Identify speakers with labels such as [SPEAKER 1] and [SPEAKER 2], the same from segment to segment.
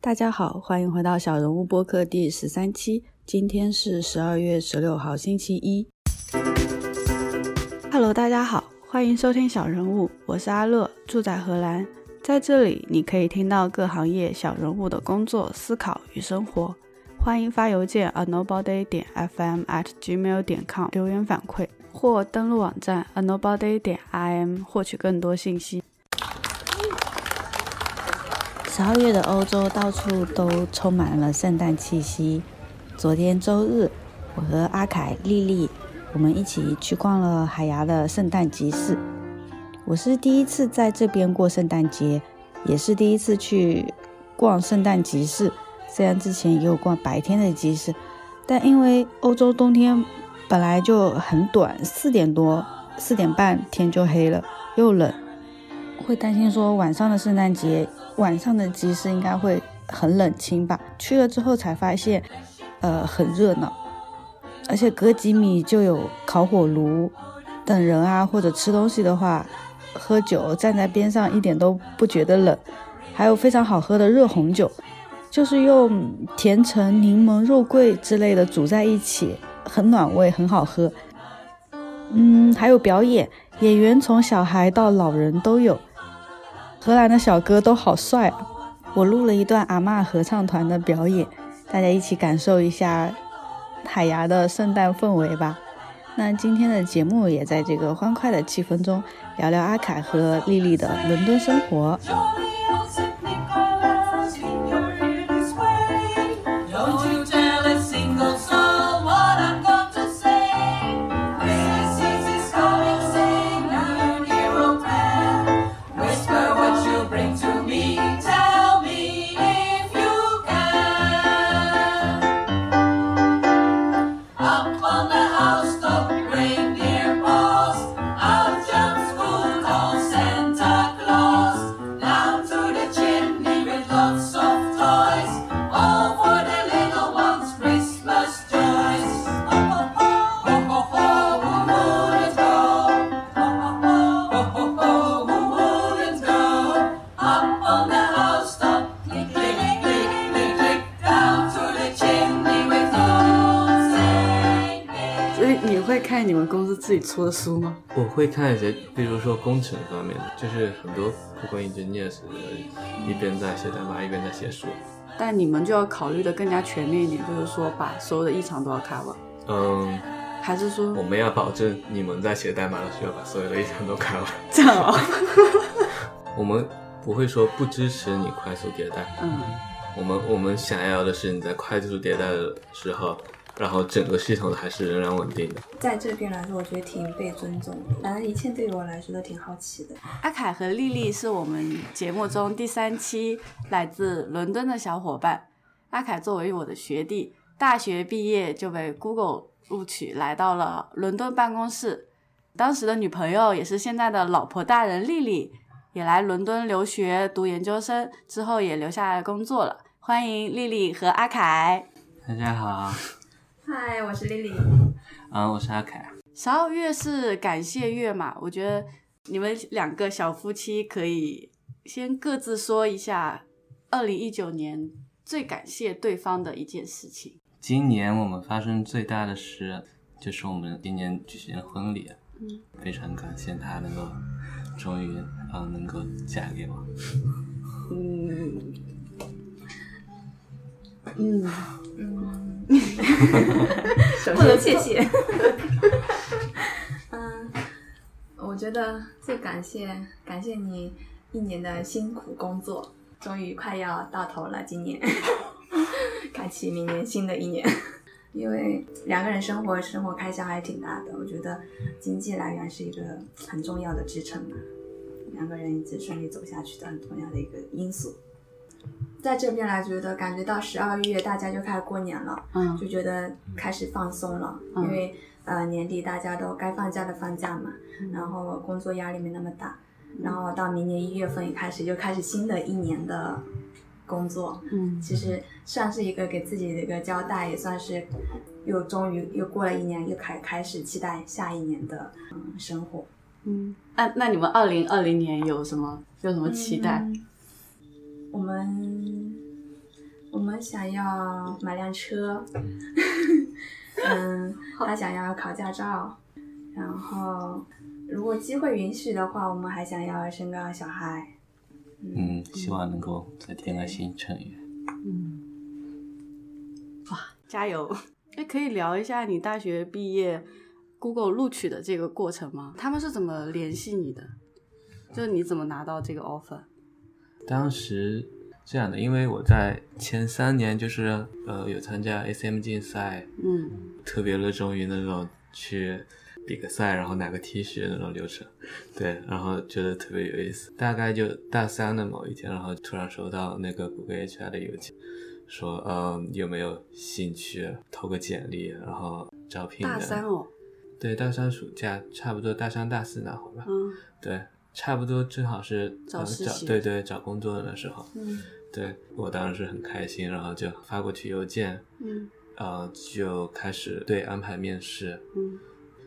[SPEAKER 1] 大家好，欢迎回到小人物播客第十三期。今天是十二月十六号，星期一。Hello，大家好，欢迎收听小人物，我是阿乐，住在荷兰。在这里，你可以听到各行业小人物的工作、思考与生活。欢迎发邮件 a nobody 点 fm at gmail 点 com 留言反馈，或登录网站 a nobody 点 im 获取更多信息。十二月的欧洲到处都充满了圣诞气息。昨天周日，我和阿凯、丽丽，我们一起去逛了海牙的圣诞集市。我是第一次在这边过圣诞节，也是第一次去逛圣诞集市。虽然之前也有逛白天的集市，但因为欧洲冬天本来就很短，四点多、四点半天就黑了，又冷，会担心说晚上的圣诞节晚上的集市应该会很冷清吧。去了之后才发现，呃，很热闹，而且隔几米就有烤火炉，等人啊或者吃东西的话，喝酒站在边上一点都不觉得冷，还有非常好喝的热红酒，就是用甜橙、柠檬、肉桂之类的煮在一起，很暖胃，很好喝。嗯，还有表演，演员从小孩到老人都有。荷兰的小哥都好帅啊！我录了一段阿嬷合唱团的表演，大家一起感受一下海牙的圣诞氛围吧。那今天的节目也在这个欢快的气氛中，聊聊阿凯和丽丽的伦敦生活。
[SPEAKER 2] Don't you tell a single soul what I've got to say. Christmas Eve is coming, sing now your hero prayer. Whisper what you bring to me, tell me if you can. Up on the housetop, reindeer paws, out jumps school Santa Claus. Down to the chimney with lots of toys, all for the little ones' Christmas joys. Ho ho ho, ho ho ho, who wouldn't go? Ho ho ho, ho ho ho, who wouldn't go? Up on the housetop, click click click click click, down to the chimney with old Saint Nick.
[SPEAKER 3] 所以哎你会看你们公司自己出的书吗？
[SPEAKER 4] 我会看一些，比如说工程方面的，就是很多不管 engineers 呃一边在写代码，一边在写书。
[SPEAKER 3] 但你们就要考虑的更加全面一点，就是说把所有的异常都要看完，
[SPEAKER 4] 嗯，
[SPEAKER 3] 还是说
[SPEAKER 4] 我们要保证你们在写代码的时候把所有的异常都看完。
[SPEAKER 3] 这样啊？
[SPEAKER 4] 我们不会说不支持你快速迭代，
[SPEAKER 3] 嗯，
[SPEAKER 4] 我们我们想要的是你在快速迭代的时候，然后整个系统还是仍然稳定的。
[SPEAKER 5] 在这边来说，我觉得挺被尊重的。反正一切对于我来说都挺好奇的。
[SPEAKER 3] 阿凯和丽丽是我们节目中第三期来自伦敦的小伙伴。阿凯作为我的学弟，大学毕业就被 Google 录取，来到了伦敦办公室。当时的女朋友也是现在的老婆大人丽丽，也来伦敦留学读研究生，之后也留下来工作了。欢迎丽丽和阿凯。
[SPEAKER 6] 大家好，
[SPEAKER 5] 嗨，我是丽丽。
[SPEAKER 6] 嗯，我是阿凯。
[SPEAKER 3] 十二月是感谢月嘛，我觉得你们两个小夫妻可以先各自说一下，二零一九年最感谢对方的一件事情。
[SPEAKER 6] 今年我们发生最大的事就是我们今年举行了婚礼，
[SPEAKER 3] 嗯，
[SPEAKER 6] 非常感谢她能够终于啊、呃能够嫁给我。
[SPEAKER 3] 嗯嗯，
[SPEAKER 5] 嗯，
[SPEAKER 3] 不能
[SPEAKER 5] 谢谢。嗯，我觉得最感谢感谢你一年的辛苦工作，终于快要到头了，今年 开启明年新的一年。 因为两个人生活生活开销还挺大的，我觉得经济来源是一个很重要的支撑吧，两个人一直顺利走下去的很重要的一个因素。在这边来觉得感觉到十二月大家就开始过年了，
[SPEAKER 3] 嗯
[SPEAKER 5] 就觉得开始放松了，
[SPEAKER 3] 嗯
[SPEAKER 5] 因为呃年底大家都该放假的放假嘛，
[SPEAKER 3] 嗯
[SPEAKER 5] 然后工作压力没那么大，然后到明年一月份一开始就开始新的一年的工作，
[SPEAKER 3] 嗯
[SPEAKER 5] 其实算是一个给自己的一个交代，也算是又终于又过了一年，又开开始期待下一年的嗯生活。
[SPEAKER 3] 嗯，那、那你们二零嗯二零年有什么有什么期待？
[SPEAKER 5] 嗯嗯我们们想要买辆车， 嗯，他想要考驾照，然后如果机会允许的话，我们还想要生个小孩。
[SPEAKER 6] 嗯，希望能够再添个新成员。
[SPEAKER 3] 嗯，哇，加油！ 哎，可以聊一下你大学毕业 Google 录取的这个过程吗？他们是怎么联系你的？就是你怎么拿到这个 offer？
[SPEAKER 4] 当时这样的，因为我在前三年就是呃有参加 SM 竞赛，
[SPEAKER 3] 嗯，
[SPEAKER 4] 特别热衷于那种去比个赛，然后拿个 T 恤那种流程，对，然后觉得特别有意思。大概就大三的某一天，然后突然收到那个谷歌 HR 的邮件，说嗯有没有兴趣投个简历，然后招聘的。
[SPEAKER 3] 大三哦，
[SPEAKER 4] 对，大三暑假差不多大三大四那会儿吧，
[SPEAKER 3] 嗯
[SPEAKER 4] 对，差不多正好是
[SPEAKER 3] 找
[SPEAKER 4] 呃
[SPEAKER 3] 实习
[SPEAKER 4] 对对找工作的那时候，
[SPEAKER 3] 嗯
[SPEAKER 4] 对我当时很开心，然后就发过去邮件，
[SPEAKER 3] 嗯
[SPEAKER 4] 呃，就开始对安排面试。
[SPEAKER 3] 嗯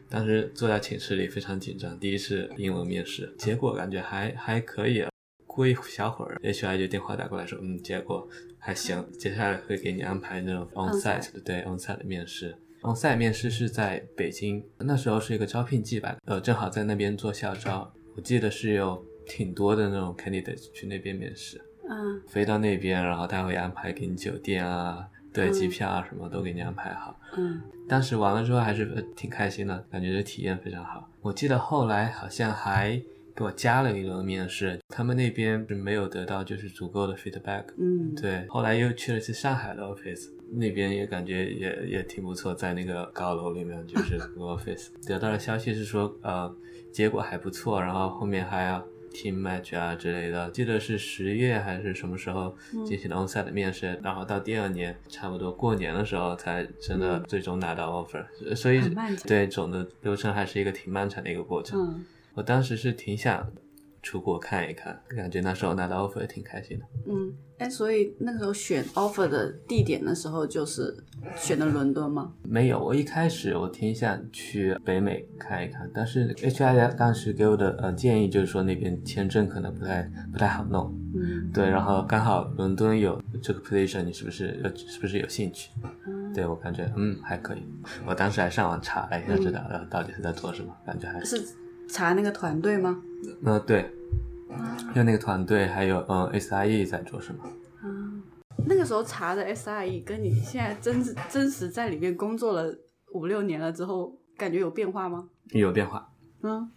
[SPEAKER 4] 当时坐在寝室里非常紧张，第一次英文面试，结果感觉还还可以。啊过一小会儿，HR 就电话打过来说，嗯，结果还行，接下来会给你安排那种
[SPEAKER 3] On-site
[SPEAKER 4] onsite 的，对 onsite 的面试。onsite 面试是在北京，那时候是一个招聘季吧，呃，正好在那边做校招，我记得是有挺多的那种 candidate 去那边面试。
[SPEAKER 3] 嗯
[SPEAKER 4] 飞到那边，然后他会安排给你酒店啊，对，
[SPEAKER 3] 嗯
[SPEAKER 4] 机票啊什么都给你安排好。
[SPEAKER 3] 嗯
[SPEAKER 4] 当时玩了之后还是呃挺开心的，感觉这体验非常好。我记得后来好像还给我加了一轮面试，他们那边是没有得到就是足够的 feedback。
[SPEAKER 3] 嗯，
[SPEAKER 4] 对，后来又去了一次上海的 office，那边也感觉也也挺不错，在那个高楼里面就是 office，得到的消息是说呃结果还不错，然后后面还要 team match 啊之类的，记得是十月还是什么时候
[SPEAKER 3] 嗯
[SPEAKER 4] 进行的 onsite 的面试，然后到第二年差不多过年的时候才真的最终拿到 offer，、所呃以
[SPEAKER 3] 嗯很漫长
[SPEAKER 4] 对总的流程还是一个挺漫长的一个过程。
[SPEAKER 3] 嗯
[SPEAKER 4] 我当时是挺想出国看一看，感觉那时候拿到 offer 也挺开心的。
[SPEAKER 3] 嗯，哎，所以那个时候选 offer 的地点的时候，就是选的伦敦吗？
[SPEAKER 4] 没有，我一开始我挺想去北美看一看，但是 HR 当时给我的呃建议就是说那边签证可能不太不太好弄，
[SPEAKER 3] 嗯，
[SPEAKER 4] 对，然后刚好伦敦有这个 position，你是不是呃是不是有兴趣？对我感觉嗯还可以，我当时还上网查了一下，
[SPEAKER 3] 嗯
[SPEAKER 4] 知道呃到底是在做什么，感觉还
[SPEAKER 3] 是查那个团队吗？
[SPEAKER 4] 呃对，就那个团队还有嗯 SIE 在做什么。
[SPEAKER 3] 啊，那个时候查的 SRE 跟你现在真真实在里面工作了五六年了之后，感觉有变化吗？
[SPEAKER 4] 有变化，
[SPEAKER 3] 嗯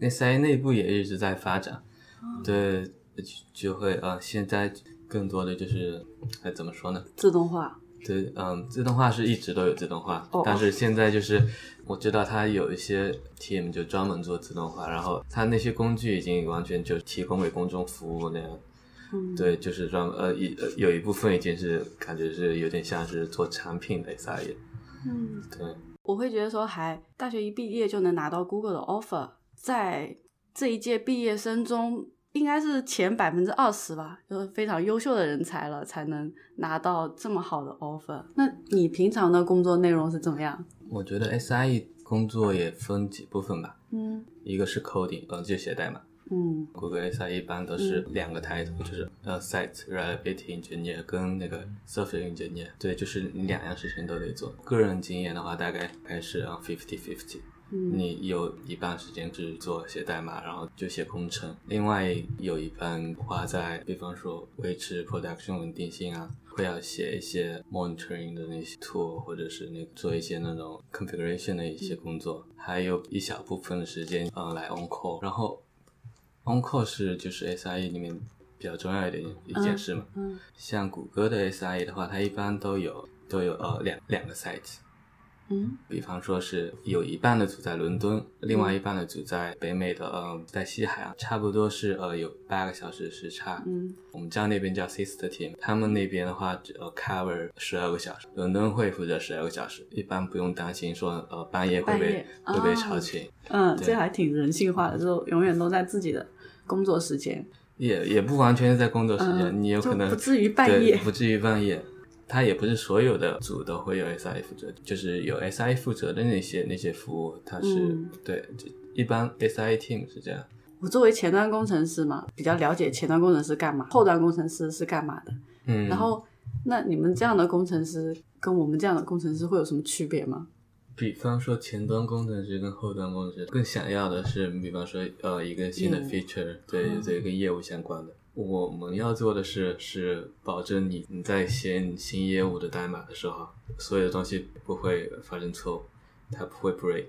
[SPEAKER 4] 那 c i 内部也一直在发展，
[SPEAKER 3] 哦
[SPEAKER 4] 对，就就会呃，现在更多的就是，哎，怎么说呢？，
[SPEAKER 3] 自动化。
[SPEAKER 4] 对，嗯，自动化是一直都有自动化，
[SPEAKER 3] 哦
[SPEAKER 4] 但是现在就是我知道它有一些 team 就专门做自动化，然后它那些工具已经完全就提供给公众服务那样。
[SPEAKER 3] 嗯，
[SPEAKER 4] 对，就是专门呃一呃有一部分已经是感觉是有点像是做产品的 SIE，
[SPEAKER 3] 嗯，
[SPEAKER 4] 对，
[SPEAKER 3] 我会觉得说，还大学一毕业就能拿到 Google 的 offer，在这一届毕业生中，应该是前百分之二十吧，就是非常优秀的人才了，才能拿到这么好的 offer。那你平常的工作内容是怎么样？
[SPEAKER 4] 我觉得 SIE 工作也分几部分吧，
[SPEAKER 3] 嗯
[SPEAKER 4] 一个是 coding，呃，就写代码。
[SPEAKER 3] 嗯
[SPEAKER 4] 谷歌 SI 一般都是两个 title，、就是呃 Site Reliability Engineer 跟那个 Software Engineer，对，就是你两样事情都得做。个人经验的话，大概还是啊 fifty fifty，
[SPEAKER 3] 嗯
[SPEAKER 4] 你有一半时间是做写代码，然后就写工程，另外有一半花在，比方说维持 production 稳定性啊，会要写一些 monitoring 的那些 tool，或者是那个做一些那种 configuration 的一些
[SPEAKER 3] 嗯
[SPEAKER 4] 工作，还有一小部分的时间呃来 on call，然后 on call 是就是 SIE 里面比较重要一点一件事嘛。
[SPEAKER 3] 嗯
[SPEAKER 4] 像谷歌的 SIE 的话，它一般都有都有呃两两个 site。
[SPEAKER 3] 嗯
[SPEAKER 4] 比方说是有一半的组在伦敦，另外一半的组在北美的，呃，在西海岸，差不多是呃有八个小时的时差。
[SPEAKER 3] 嗯
[SPEAKER 4] 我们家那边叫 sister team，他们那边的话只呃 cover 十二个小时，伦敦会负责十二个小时，一般不用担心说呃半夜会
[SPEAKER 3] 半
[SPEAKER 4] 被
[SPEAKER 3] 夜
[SPEAKER 4] 会被
[SPEAKER 3] 哦
[SPEAKER 4] 吵醒，
[SPEAKER 3] 嗯，
[SPEAKER 4] 对
[SPEAKER 3] 这还挺人性化的，就永远都在自己的工作时间。
[SPEAKER 4] 也也不完全是在工作时间，
[SPEAKER 3] 嗯
[SPEAKER 4] 你有可能
[SPEAKER 3] 就不至于半
[SPEAKER 4] 对
[SPEAKER 3] 夜
[SPEAKER 4] 不至于半夜。它也不是所有的组都会有 SI 负责，就是有 SI 负责的那些那些服务，它是、
[SPEAKER 3] 嗯
[SPEAKER 4] 对，就一般 SI team 是这样。
[SPEAKER 3] 我作为前端工程师嘛，比较了解前端工程师干嘛，后端工程师是干嘛的。
[SPEAKER 4] 嗯，
[SPEAKER 3] 然后那你们这样的工程师跟我们这样的工程师会有什么区别吗？
[SPEAKER 4] 比方说前端工程师跟后端工程师更想要的是，比方说呃一个新的
[SPEAKER 3] 业务
[SPEAKER 4] feature，对
[SPEAKER 3] 嗯
[SPEAKER 4] 对，跟业务相关的。我们要做的是是保证你你在写你新业务的代码的时候，啊所有的东西不会发生错误，它不会 break。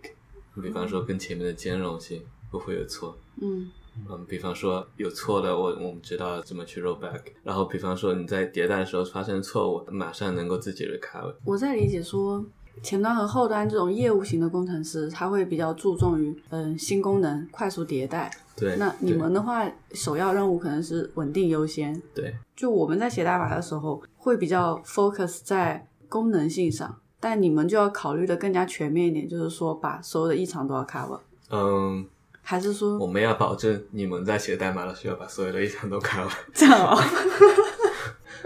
[SPEAKER 4] 比方说跟前面的兼容性不会有错，
[SPEAKER 3] 嗯
[SPEAKER 4] 嗯，比方说有错的，我我们知道怎么去 roll back，然后比方说你在迭代的时候发生错误，马上能够自己 recover。
[SPEAKER 3] 我在理解说，前端和后端这种业务型的工程师，他会比较注重于嗯新功能快速迭代。
[SPEAKER 4] 对，
[SPEAKER 3] 那你
[SPEAKER 4] 对
[SPEAKER 3] 们的话，首要任务可能是稳定优先。
[SPEAKER 4] 对
[SPEAKER 3] 就我们在写代码的时候，会比较 focus 在功能性上，但你们就要考虑的更加全面一点，就是说把所有的异常都要 cover，
[SPEAKER 4] 嗯，
[SPEAKER 3] 还是说
[SPEAKER 4] 我们要保证你们在写代码的时候把所有的异常都看完。
[SPEAKER 3] 这 样啊？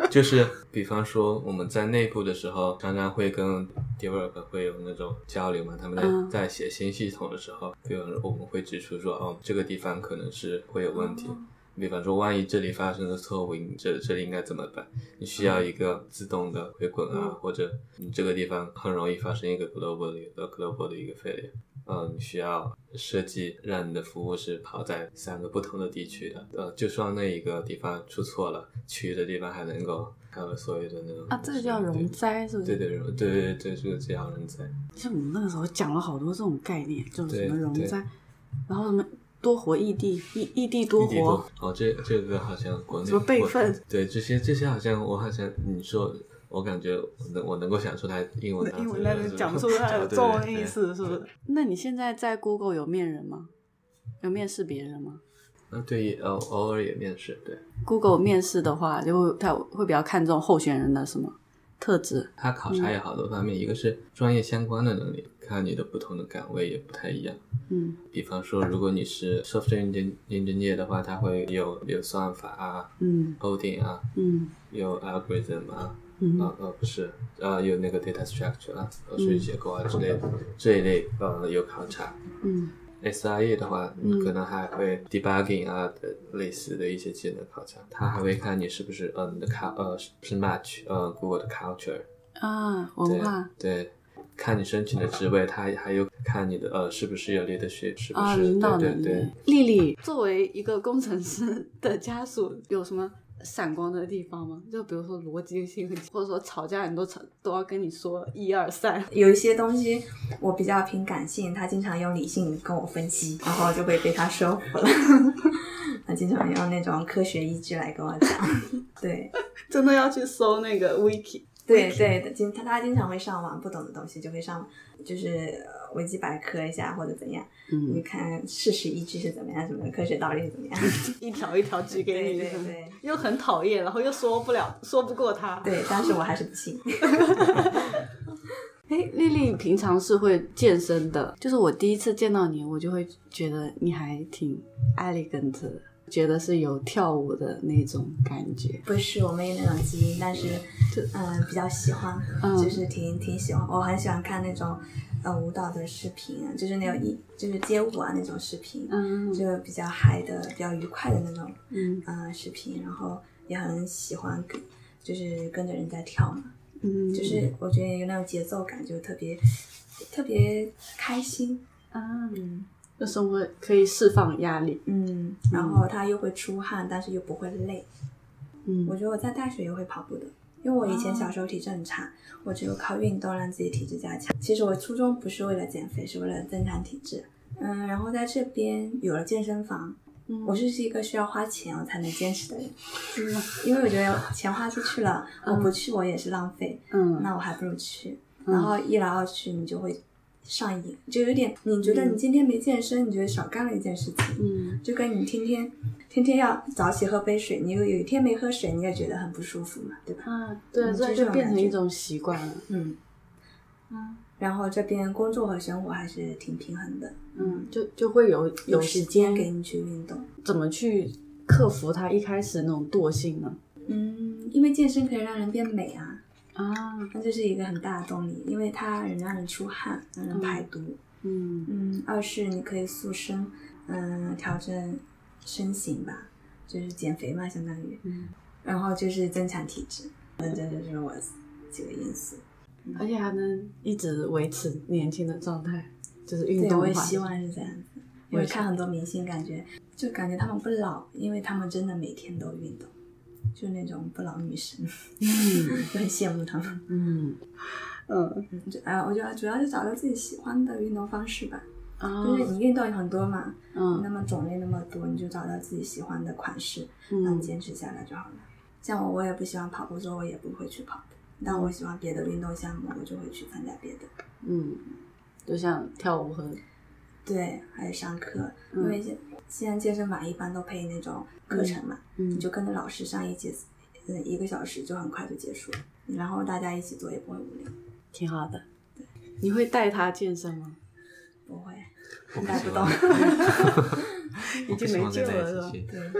[SPEAKER 4] 就是比方说我们在内部的时候，常常会跟 developer 会有那种交流嘛，他们在、
[SPEAKER 3] 嗯
[SPEAKER 4] 在写新系统的时候，比方说我们会指出说，哦，这个地方可能是会有问
[SPEAKER 3] 哦
[SPEAKER 4] 题。比方说，万一这里发生了错误，你这这里应该怎么办？你需要一个自动的回滚啊，
[SPEAKER 3] 嗯
[SPEAKER 4] 或者你这个地方很容易发生一个 global 的一个 global 的一个 failure。嗯，你需要设计让你的服务是跑在三个不同的地区的，呃，就算那一个地方出错了，其余的地方还能够 cover 所有的那种
[SPEAKER 3] 啊，这个叫容灾是不是？
[SPEAKER 4] 对对对对对对，这个叫人才，
[SPEAKER 3] 像我们那个时候讲了好多这种概念，就是什么
[SPEAKER 4] 对
[SPEAKER 3] 容
[SPEAKER 4] 对
[SPEAKER 3] 灾，然后什么多活异地、异异地多
[SPEAKER 4] 异地
[SPEAKER 3] 活，
[SPEAKER 4] 哦，这这个好像国内
[SPEAKER 3] 什么备份
[SPEAKER 4] 我对这些这些好像我好像你说。我感觉我能我能够想出它英文
[SPEAKER 3] 我
[SPEAKER 4] 单
[SPEAKER 3] 的
[SPEAKER 4] 词，
[SPEAKER 3] 英文在这讲 不出它的中文意思，是不是？那你现在在 Google 有面人吗？有面试别人吗
[SPEAKER 4] 啊，对，也偶偶尔也面试，对
[SPEAKER 3] ？Google 面试的话，就会他会比较看重候选人的什么特质？
[SPEAKER 4] 他考察有好多方面，一个是专业相关的能力，看你的不同的岗位也不太一样。
[SPEAKER 3] 嗯
[SPEAKER 4] 比方说，如果你是 software engi- engineer 的话，它会有有算法啊、
[SPEAKER 3] 嗯
[SPEAKER 4] coding 啊，
[SPEAKER 3] 嗯
[SPEAKER 4] 有 algorithm 啊，
[SPEAKER 3] 嗯
[SPEAKER 4] 啊呃不是，啊有那个 data structure 啊，呃数据结构啊之类的这一类呃有考察。
[SPEAKER 3] 嗯
[SPEAKER 4] SRE 的话，
[SPEAKER 3] 嗯
[SPEAKER 4] 可能还会 debugging 啊的类似的一些技能考察，它还会看你是不是呃你的 cul 呃是不是 match 呃 Google 的 culture，
[SPEAKER 3] 啊，文化
[SPEAKER 4] 对，看你申请的职位，它还有看你的呃是不是有 leadership，是不是、
[SPEAKER 3] 啊，领导
[SPEAKER 4] 对
[SPEAKER 3] 能
[SPEAKER 4] 对
[SPEAKER 3] 力
[SPEAKER 4] 对。
[SPEAKER 3] 丽丽作为一个工程师的家属，有什么闪光的地方吗？就比如说逻辑性很，或者说吵架你都吵都要跟你说一二三。
[SPEAKER 5] 有一些东西我比较凭感性，他经常用理性跟我分析，然后就会被他说服了。 他经常用那种科学依据来跟我讲，对
[SPEAKER 3] 真的要去搜那个 wiki。
[SPEAKER 5] 对对，经他他经常会上网，不懂的东西就会上，就是呃维基百科一下或者怎样，你
[SPEAKER 3] 嗯，
[SPEAKER 5] 看事实依据是怎么样，什么科学道理是怎么样。
[SPEAKER 3] 一条一条举给你，嗯
[SPEAKER 5] 对对对
[SPEAKER 3] 又很讨厌，然后又说不了，说不过他。，
[SPEAKER 5] 对，但是我还是不信。
[SPEAKER 3] 哎，丽丽平常是会健身的，就是我第一次见到你，我就会觉得你还挺 elegant 的，觉得是有跳舞的那种感觉。
[SPEAKER 5] 不是我没有那种基因，但是嗯、呃比较喜欢，
[SPEAKER 3] 嗯
[SPEAKER 5] 就是挺挺喜欢，我很喜欢看那种呃舞蹈的视频啊，就是那种一就是街舞啊那种视频，
[SPEAKER 3] 嗯
[SPEAKER 5] 就比较嗨的、比较愉快的那种
[SPEAKER 3] 嗯
[SPEAKER 5] 呃视频，然后也很喜欢跟就是跟着人在跳嘛，
[SPEAKER 3] 嗯，
[SPEAKER 5] 就是我觉得有那种节奏感，就特别特别开心，
[SPEAKER 3] 啊，就生活可以释放压力。
[SPEAKER 5] 嗯，然后他又会出汗，但是又不会累，
[SPEAKER 3] 嗯
[SPEAKER 5] 我觉得我在大学也会跑步的，因为我以前
[SPEAKER 3] 哦
[SPEAKER 5] 小时候体质很差，我只有靠运动让自己体质加强。其实我初衷不是为了减肥，是为了增强体质。嗯，然后在这边有了健身房，
[SPEAKER 3] 嗯
[SPEAKER 5] 我是一个需要花钱我才能坚持的人，因为我觉得钱花出去了，我不去我也是浪费，
[SPEAKER 3] 嗯
[SPEAKER 5] 那我还不如去。
[SPEAKER 3] 嗯
[SPEAKER 5] 然后一来二去，你就会上瘾，就有点你觉得你今天没健身，你觉得少干了一件事情，
[SPEAKER 3] 嗯
[SPEAKER 5] 就跟你天天天天要早起喝杯水，你有有一天没喝水，你也觉得很不舒服嘛，对吧？
[SPEAKER 3] 啊，对，
[SPEAKER 5] 嗯就
[SPEAKER 3] 这
[SPEAKER 5] 这
[SPEAKER 3] 就
[SPEAKER 5] 种
[SPEAKER 3] 变成
[SPEAKER 5] 感
[SPEAKER 3] 一
[SPEAKER 5] 觉
[SPEAKER 3] 种习惯了。
[SPEAKER 5] 嗯，
[SPEAKER 3] 嗯
[SPEAKER 5] 然后这边工作和生活还是挺平衡的，
[SPEAKER 3] 嗯，就就会有
[SPEAKER 5] 有
[SPEAKER 3] 时
[SPEAKER 5] 时间
[SPEAKER 3] 间
[SPEAKER 5] 给你去运动。
[SPEAKER 3] 怎么去克服他一开始那种惰性呢？
[SPEAKER 5] 嗯，因为健身可以让人变美啊，
[SPEAKER 3] 啊，
[SPEAKER 5] 那这是一个很大的动力，因为它能让人出汗，能让人排毒。
[SPEAKER 3] 嗯
[SPEAKER 5] 嗯，二是你可以塑身，嗯，调整身形吧，就是减肥嘛，相当于，
[SPEAKER 3] 嗯
[SPEAKER 5] 然后就是增强体质。
[SPEAKER 7] 那嗯这就是我几个因素。
[SPEAKER 3] 而且还能一直维持年轻的状态，就是运
[SPEAKER 7] 对，
[SPEAKER 3] 动
[SPEAKER 7] 我
[SPEAKER 3] 的
[SPEAKER 7] 也
[SPEAKER 3] 话
[SPEAKER 7] 希望是这样子。我也看很多明星，感觉就感觉他们不老，因为他们真的每天都运动，就那种不老女神， 就很羡慕他们。
[SPEAKER 3] 嗯
[SPEAKER 7] 嗯，就啊，我觉得主要是找到自己喜欢的运动方式吧。
[SPEAKER 3] 啊
[SPEAKER 7] 就是你运动有很多嘛，那
[SPEAKER 3] 嗯
[SPEAKER 7] 么种类那么多，你就找到自己喜欢的款式，嗯，
[SPEAKER 3] 嗯
[SPEAKER 7] 坚持下来就好了。像我，我也不喜欢跑步，所以我也不会去跑步。但我喜欢别的运动项目，我就会去参加别的。
[SPEAKER 3] 嗯，就像跳舞和
[SPEAKER 7] 对，还有上课，
[SPEAKER 3] 嗯
[SPEAKER 7] 因为现现在健身房一般都配那种课程嘛，
[SPEAKER 3] 嗯
[SPEAKER 7] 你就跟着老师上一节，嗯，一个小时就很快就结束了，然后大家一起做也不会无聊，
[SPEAKER 3] 挺好的。你会带他健身吗？
[SPEAKER 7] 不会
[SPEAKER 4] 我不
[SPEAKER 7] 带
[SPEAKER 4] 喜
[SPEAKER 7] 不
[SPEAKER 4] 欢
[SPEAKER 7] 动。
[SPEAKER 4] 我不
[SPEAKER 3] 经
[SPEAKER 4] 喜
[SPEAKER 3] 没
[SPEAKER 4] 欢
[SPEAKER 3] 救
[SPEAKER 4] 在
[SPEAKER 3] 了是
[SPEAKER 4] 一
[SPEAKER 3] 吧
[SPEAKER 4] 起去。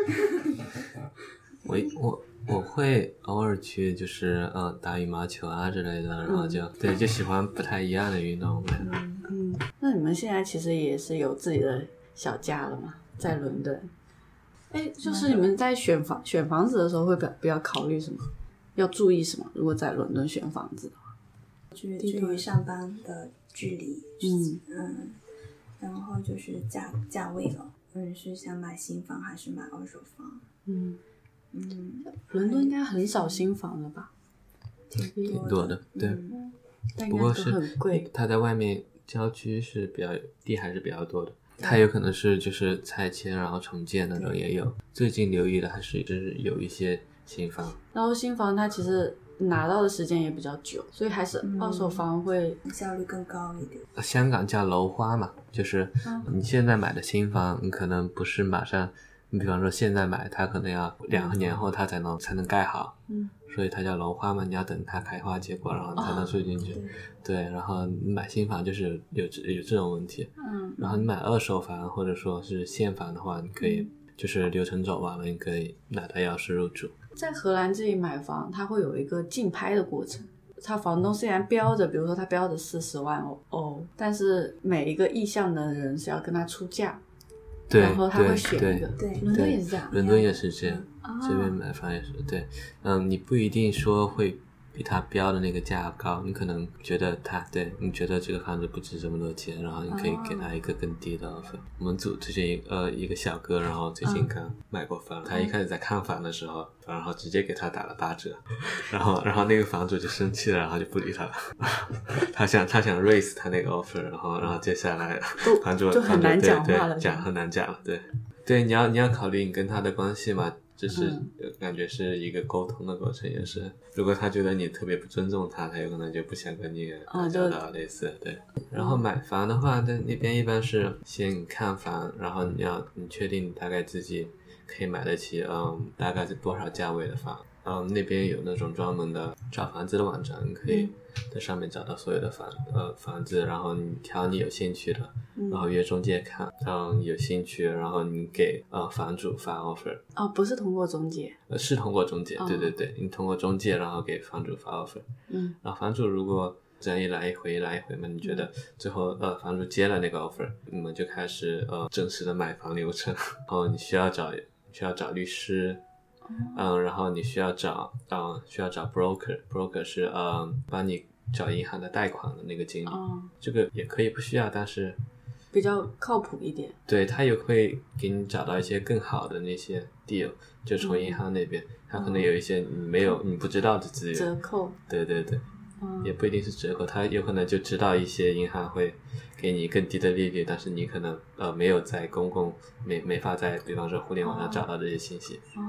[SPEAKER 7] 对，
[SPEAKER 4] 我我我会偶尔去，就是呃打羽毛球啊之类的，然后就、对就喜欢不太一样的运动。
[SPEAKER 3] 嗯，那你们现在其实也是有自己的小家了嘛，在伦敦。哎，就是你们在选房选房子的时候会比较比较考虑什么，要注意什么？如果在伦段选房子的话，
[SPEAKER 7] 距
[SPEAKER 3] 地
[SPEAKER 7] 距
[SPEAKER 3] 段
[SPEAKER 7] 离上班的距离，
[SPEAKER 3] 嗯
[SPEAKER 7] 嗯，然后就是价价位了，嗯，是想买新房还是买二手房？
[SPEAKER 3] 嗯，
[SPEAKER 7] 嗯，
[SPEAKER 3] 伦敦应该很少新房了吧？
[SPEAKER 7] 挺
[SPEAKER 4] 多的
[SPEAKER 7] 的，
[SPEAKER 4] 对
[SPEAKER 7] 嗯
[SPEAKER 3] 但
[SPEAKER 4] 不
[SPEAKER 3] 应该
[SPEAKER 4] 过
[SPEAKER 3] 都
[SPEAKER 4] 是
[SPEAKER 3] 很贵。
[SPEAKER 4] 它在外面郊区是比较地还是比较多的，它有可能是就是拆迁然后重建那种也有。最近留意的还是就是有一些新房，
[SPEAKER 3] 然后新房它其实拿到的时间也比较久，所以还是
[SPEAKER 7] 嗯
[SPEAKER 3] 二手房会
[SPEAKER 7] 效率更高一点。
[SPEAKER 4] 呃香港叫楼花嘛，就是
[SPEAKER 3] 嗯
[SPEAKER 4] 你现在买的新房，你可能不是马上，你比方说现在买，它可能要两年后它才能才能盖好，
[SPEAKER 3] 嗯，
[SPEAKER 4] 所以它叫楼花嘛，你要等它开花结果，然后才能住进
[SPEAKER 3] 哦
[SPEAKER 4] 去，对，然后你买新房就是有这有这种问题，
[SPEAKER 3] 嗯
[SPEAKER 4] 然后你买二手房或者说是现房的话，你可
[SPEAKER 3] 嗯
[SPEAKER 4] 以就是流程走完了，你可以拿到钥匙入住，
[SPEAKER 3] 在荷兰这里买房，它会有一个竞拍的过程。它房东虽然标着，比如说他标着四十万欧欧，但是每一个意向的人是要跟他出价，
[SPEAKER 4] 对
[SPEAKER 3] 然后他
[SPEAKER 4] 对
[SPEAKER 3] 会选一个
[SPEAKER 4] 对。
[SPEAKER 7] 对
[SPEAKER 3] 伦敦
[SPEAKER 4] 对
[SPEAKER 3] 也是这样。
[SPEAKER 4] 伦敦也是这样，
[SPEAKER 3] 啊
[SPEAKER 4] 这边买房也是对，嗯，你不一定说会比他标的那个价高，你可能觉得他对你觉得这个房子不值这么多钱，然后你可以给
[SPEAKER 3] 哦
[SPEAKER 4] 他一个更低的 offer。我们组最近呃一个小哥，然后最
[SPEAKER 3] 嗯
[SPEAKER 4] 近刚买过房，他一开始在看房的时候，然后直接给他打了八折，然后然后那个房主就生气了，然后就不理他了。 他想他想 raise 他那个 offer，然后然后接下来
[SPEAKER 3] 都
[SPEAKER 4] 房主
[SPEAKER 3] 就
[SPEAKER 4] 房
[SPEAKER 3] 很
[SPEAKER 4] 主
[SPEAKER 3] 难
[SPEAKER 4] 对
[SPEAKER 3] 讲
[SPEAKER 4] 对
[SPEAKER 3] 话了
[SPEAKER 4] 讲很难讲了，对。对，你要你要考虑你跟他的关系嘛，这是、
[SPEAKER 3] 嗯
[SPEAKER 4] 呃感觉是一个沟通的过程，也是。如果他觉得你特别不尊重他，他有可能就不想跟你打
[SPEAKER 3] 嗯
[SPEAKER 4] 交
[SPEAKER 3] 就
[SPEAKER 4] 道，类似对。然后买房的话，在那边一般是先看房，然后你要你确定你大概自己可以买得起，嗯，大概是多少价位的房。嗯，那边有那种专门的找房子的网站，你可
[SPEAKER 3] 嗯
[SPEAKER 4] 以在上面找到所有的房呃房子，然后你挑你有兴趣的，
[SPEAKER 3] 嗯
[SPEAKER 4] 然后约中介看，嗯，有兴趣，然后你给呃房主发 offer，
[SPEAKER 3] 哦，不是通过中介，
[SPEAKER 4] 呃是通过中介，
[SPEAKER 3] 哦
[SPEAKER 4] 对对对，你通过中介，然后给房主发 offer，
[SPEAKER 3] 嗯
[SPEAKER 4] 然后房主如果这样一来一回一来一回嘛，你觉得最后呃房主接了那个 offer，你们就开始呃正式的买房流程， 然后你需要找需要找律师，嗯，然后你需要找嗯需要找 broker，broker 是嗯帮你找银行的贷款的那个经理，
[SPEAKER 3] 哦，
[SPEAKER 4] 这个也可以不需要，但是。
[SPEAKER 3] 比较靠谱一点。
[SPEAKER 4] 对他也会给你找到一些更好的那些 deal，就从银行那边，他可能有一些你没有、你不知道的资
[SPEAKER 3] 嗯折
[SPEAKER 4] 源，
[SPEAKER 3] 扣，
[SPEAKER 4] 对对对，
[SPEAKER 3] 嗯
[SPEAKER 4] 也不一定是折扣，他有可能就知道一些银行会给你更低的利率，但是你可能呃没有在公共没没法在比方说互联网上找到这些信息。
[SPEAKER 3] 哦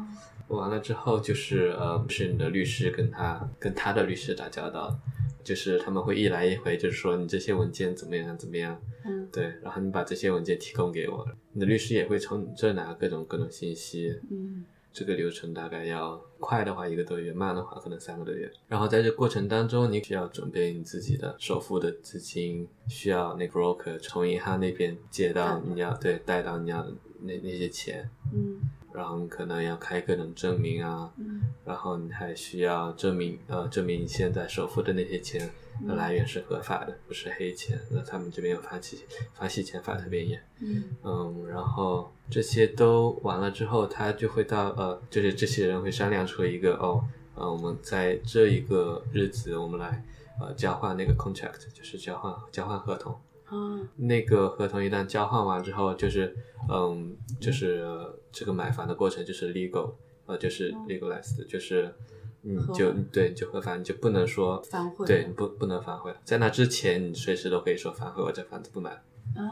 [SPEAKER 4] 完了之后就是呃，是你的律师跟他跟他的律师打交道，就是他们会一来一回，就是说你这些文件怎么样怎么样，
[SPEAKER 3] 嗯
[SPEAKER 4] 对，然后你把这些文件提供给我，你的律师也会从你这拿各种各种信息。
[SPEAKER 3] 嗯
[SPEAKER 4] 这个流程大概要快的话一个多月，慢的话可能三个多月。然后在这过程当中，你需要准备你自己的首付的资金，需要那个 broker 从银行那边借到你要对贷到你要的那那些钱，
[SPEAKER 3] 嗯
[SPEAKER 4] 然后你可能要开各种证明啊，
[SPEAKER 3] 嗯
[SPEAKER 4] 然后你还需要证明呃证明你现在首付的那些钱的来源是合法的，不是黑钱。那他们这边有发起发洗钱法特别严，
[SPEAKER 3] 嗯
[SPEAKER 4] 嗯，然后这些都完了之后，他就会到呃，就是这些人会商量出一个哦，呃，我们在这一个日子，我们来呃交换那个 contract，就是交换交换合同。
[SPEAKER 3] 嗯
[SPEAKER 4] 那个合同一旦交换完之后，就是嗯，就是、呃这个买房的过程就是 legal，呃，就是 legalized，就是你
[SPEAKER 3] 哦合
[SPEAKER 4] 就
[SPEAKER 3] 法
[SPEAKER 4] 对你就合法，你就不能说
[SPEAKER 3] 反悔
[SPEAKER 4] 对，
[SPEAKER 3] 了
[SPEAKER 4] 你不不能反悔了。在那之前，你随时都可以说反悔，我这房子不买了。
[SPEAKER 3] 啊，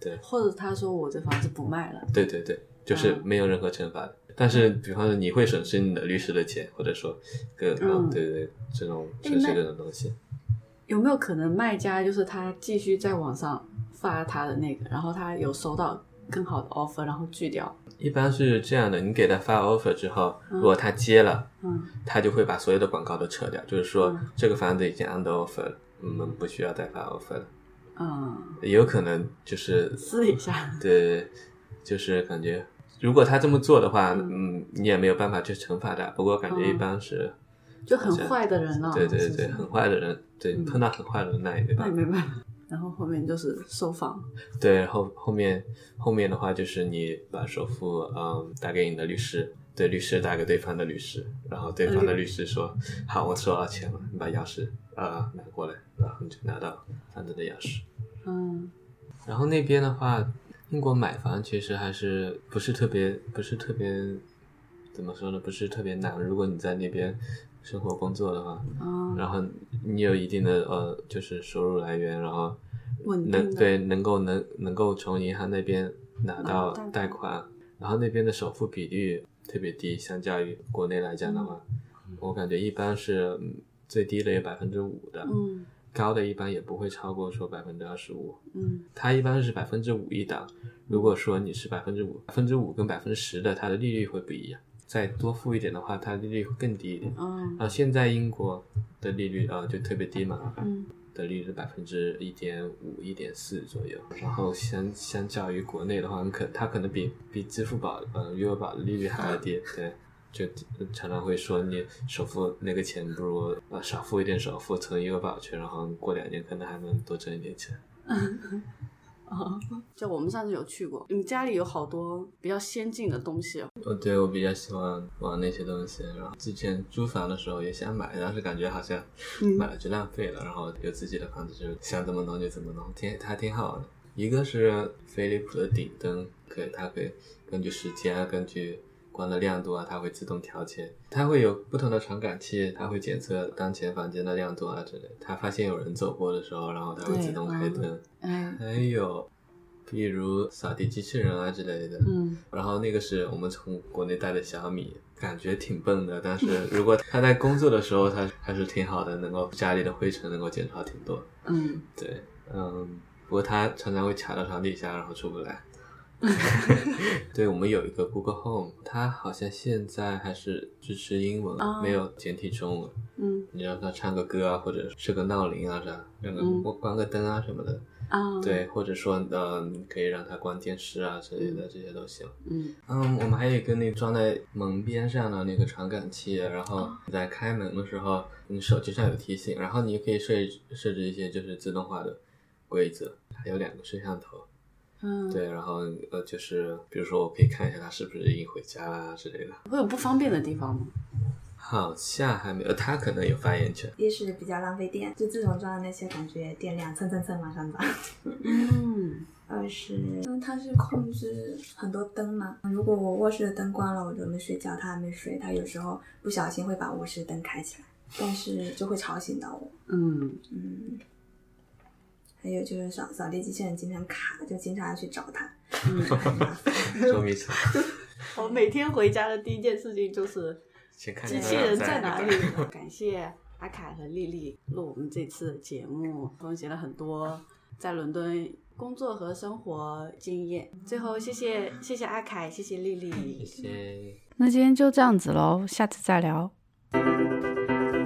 [SPEAKER 4] 对
[SPEAKER 3] 或者他说我这房子不卖了，
[SPEAKER 4] 对对对，就是
[SPEAKER 3] 嗯
[SPEAKER 4] 没有任何惩罚的。但是，比方说你会损失你的律师的钱，或者说各
[SPEAKER 3] 嗯
[SPEAKER 4] 嗯，对对，对这种
[SPEAKER 3] 哎
[SPEAKER 4] 损失
[SPEAKER 3] 那
[SPEAKER 4] 这种东西。
[SPEAKER 3] 有没有可能卖家就是他继续在网上发他的那个，然后他有收到更好的 offer，然后拒掉？
[SPEAKER 4] 一般是这样的，你给他发 offer 之后，
[SPEAKER 3] 嗯
[SPEAKER 4] 如果他接了，
[SPEAKER 3] 嗯
[SPEAKER 4] 他就会把所有的广告都撤掉，就是说、
[SPEAKER 3] 嗯
[SPEAKER 4] 这个房子已经 under offer 了，我们不需要再发 offer 了。
[SPEAKER 3] 嗯，
[SPEAKER 4] 也有可能就是
[SPEAKER 3] 私底下
[SPEAKER 4] 对，就是感觉，如果他这么做的话，
[SPEAKER 3] 嗯
[SPEAKER 4] 嗯，你也没有办法去惩罚他。不过感觉一般是，
[SPEAKER 3] 就很坏的人了，
[SPEAKER 4] 对对
[SPEAKER 3] 哦是不
[SPEAKER 4] 对，
[SPEAKER 3] 是
[SPEAKER 4] 很坏的人，对，
[SPEAKER 3] 嗯
[SPEAKER 4] 碰到很坏的人那也没
[SPEAKER 3] 那
[SPEAKER 4] 办
[SPEAKER 3] 也
[SPEAKER 4] 法。
[SPEAKER 3] 没办法。然后后面就是收房，
[SPEAKER 4] 对，然后后面后面的话就是你把首付嗯打给你的律师，对，律师打给对方的律师，然后对方的律师说，好，我收到钱了，你把钥匙啊、呃拿过来，然后你就拿到房子的钥匙。
[SPEAKER 3] 嗯
[SPEAKER 4] 然后那边的话，英国买房其实还是不是特别不是特别怎么说呢？不是特别难。如果你在那边生活工作的话，
[SPEAKER 3] 啊，
[SPEAKER 4] 然后你有一定的呃，就是收入来源，然后
[SPEAKER 3] 稳定
[SPEAKER 4] 能
[SPEAKER 3] 的
[SPEAKER 4] 对能够能能够从银行那边拿到
[SPEAKER 3] 贷款
[SPEAKER 4] 贷款，然后那边的首付比率特别低，相较于国内来讲的话，
[SPEAKER 3] 嗯
[SPEAKER 4] 我感觉一般是嗯最低的有百分之五的，
[SPEAKER 3] 嗯
[SPEAKER 4] 高的一般也不会超过说百分之二十五。
[SPEAKER 3] 嗯
[SPEAKER 4] 它一般是百分之五一档。如果说你是百分之五，百分之五跟百分之十的，它的利率会不一样。再多付一点的话，它利率会更低一点。
[SPEAKER 3] 嗯
[SPEAKER 4] 然后啊现在英国的利率啊、呃就特别低嘛，
[SPEAKER 3] 嗯
[SPEAKER 4] 的利率百分之一点五、一点四左右。然后相相较于国内的话，你可它可能比比支付宝呃余额宝的利率还要低。对，就常常会说你首付那个钱不如呃少付一点首付存余额宝去，然后过两年可能还能多挣一点钱。
[SPEAKER 3] 啊， 就我们上次有去过，你们家里有好多比较先进的东西哦，
[SPEAKER 4] 哦，对，我比较喜欢玩那些东西。然后之前租房的时候也想买，但是感觉好像
[SPEAKER 3] 嗯
[SPEAKER 4] 买了就浪费了。然后有自己的房子就想怎么弄就怎么弄，挺它挺好的。一个是飞利浦的顶灯，可以它可以根据时间啊，根据光的亮度啊，它会自动调节。它会有不同的传感器，它会检测当前房间的亮度啊之类。它发现有人走过的时候，然后它会
[SPEAKER 3] 对
[SPEAKER 4] 自动开
[SPEAKER 3] 嗯
[SPEAKER 4] 灯。
[SPEAKER 3] 哎
[SPEAKER 4] 还有，比如扫地机器人啊之类的。
[SPEAKER 3] 嗯
[SPEAKER 4] 然后那个是我们从国内带的小米，感觉挺笨的，但是如果它在工作的时候，它还是挺好的，能够家里的灰尘能够减少挺多。
[SPEAKER 3] 嗯，
[SPEAKER 4] 对，嗯，不过它常常会卡到床底下，然后出不来。对，我们有一个 Google Home，它好像现在还是支持英文，
[SPEAKER 3] 哦
[SPEAKER 4] 没有简体中文。
[SPEAKER 3] 嗯
[SPEAKER 4] 你让它唱个歌啊，或者设个闹铃啊啥，让它
[SPEAKER 3] 嗯
[SPEAKER 4] 关关个灯啊什么的。
[SPEAKER 3] 啊，
[SPEAKER 4] 对，或者说，嗯、可以让它关电视啊之类的，这些都行。
[SPEAKER 3] 嗯
[SPEAKER 4] 嗯，我们还有一个那个装在门边上的那个传感器，然后
[SPEAKER 3] 哦
[SPEAKER 4] 你在开门的时候，你手机上有提醒，然后你也可以设置设置一些就是自动化的规则，还有两个摄像头，
[SPEAKER 3] 嗯，
[SPEAKER 4] 对，然后呃就是比如说我可以看一下他是不是已经回家啦之类的，
[SPEAKER 3] 会有不方便的地方吗？
[SPEAKER 4] 好像还没有，他可能有发言 权，
[SPEAKER 5] 一是比较浪费电，就自从装了那些，感觉电量蹭蹭蹭往上涨。
[SPEAKER 3] 嗯
[SPEAKER 5] 二是
[SPEAKER 7] 因为它是控制很多灯嘛。如果我卧室的灯关了，我准备睡觉，它还没睡，它有时候不小心会把卧室的灯开起来，但是就会吵醒到我。
[SPEAKER 3] 嗯
[SPEAKER 7] 嗯，还有就是扫扫地机器人经常卡，就经常要去找它。嗯
[SPEAKER 4] 说明什么？
[SPEAKER 3] 我每天回家的第一件事情就是
[SPEAKER 4] 先看
[SPEAKER 3] 机
[SPEAKER 4] 看
[SPEAKER 3] 器人
[SPEAKER 4] 在
[SPEAKER 3] 哎在哪
[SPEAKER 4] 哪
[SPEAKER 3] 里。 感谢阿凯和丽丽录我们这次的节目，分享了很多在伦敦工作和生活经验。最后，谢谢谢谢阿凯，谢谢丽丽，
[SPEAKER 4] 谢谢。
[SPEAKER 1] 那今天就这样子喽，下次再聊。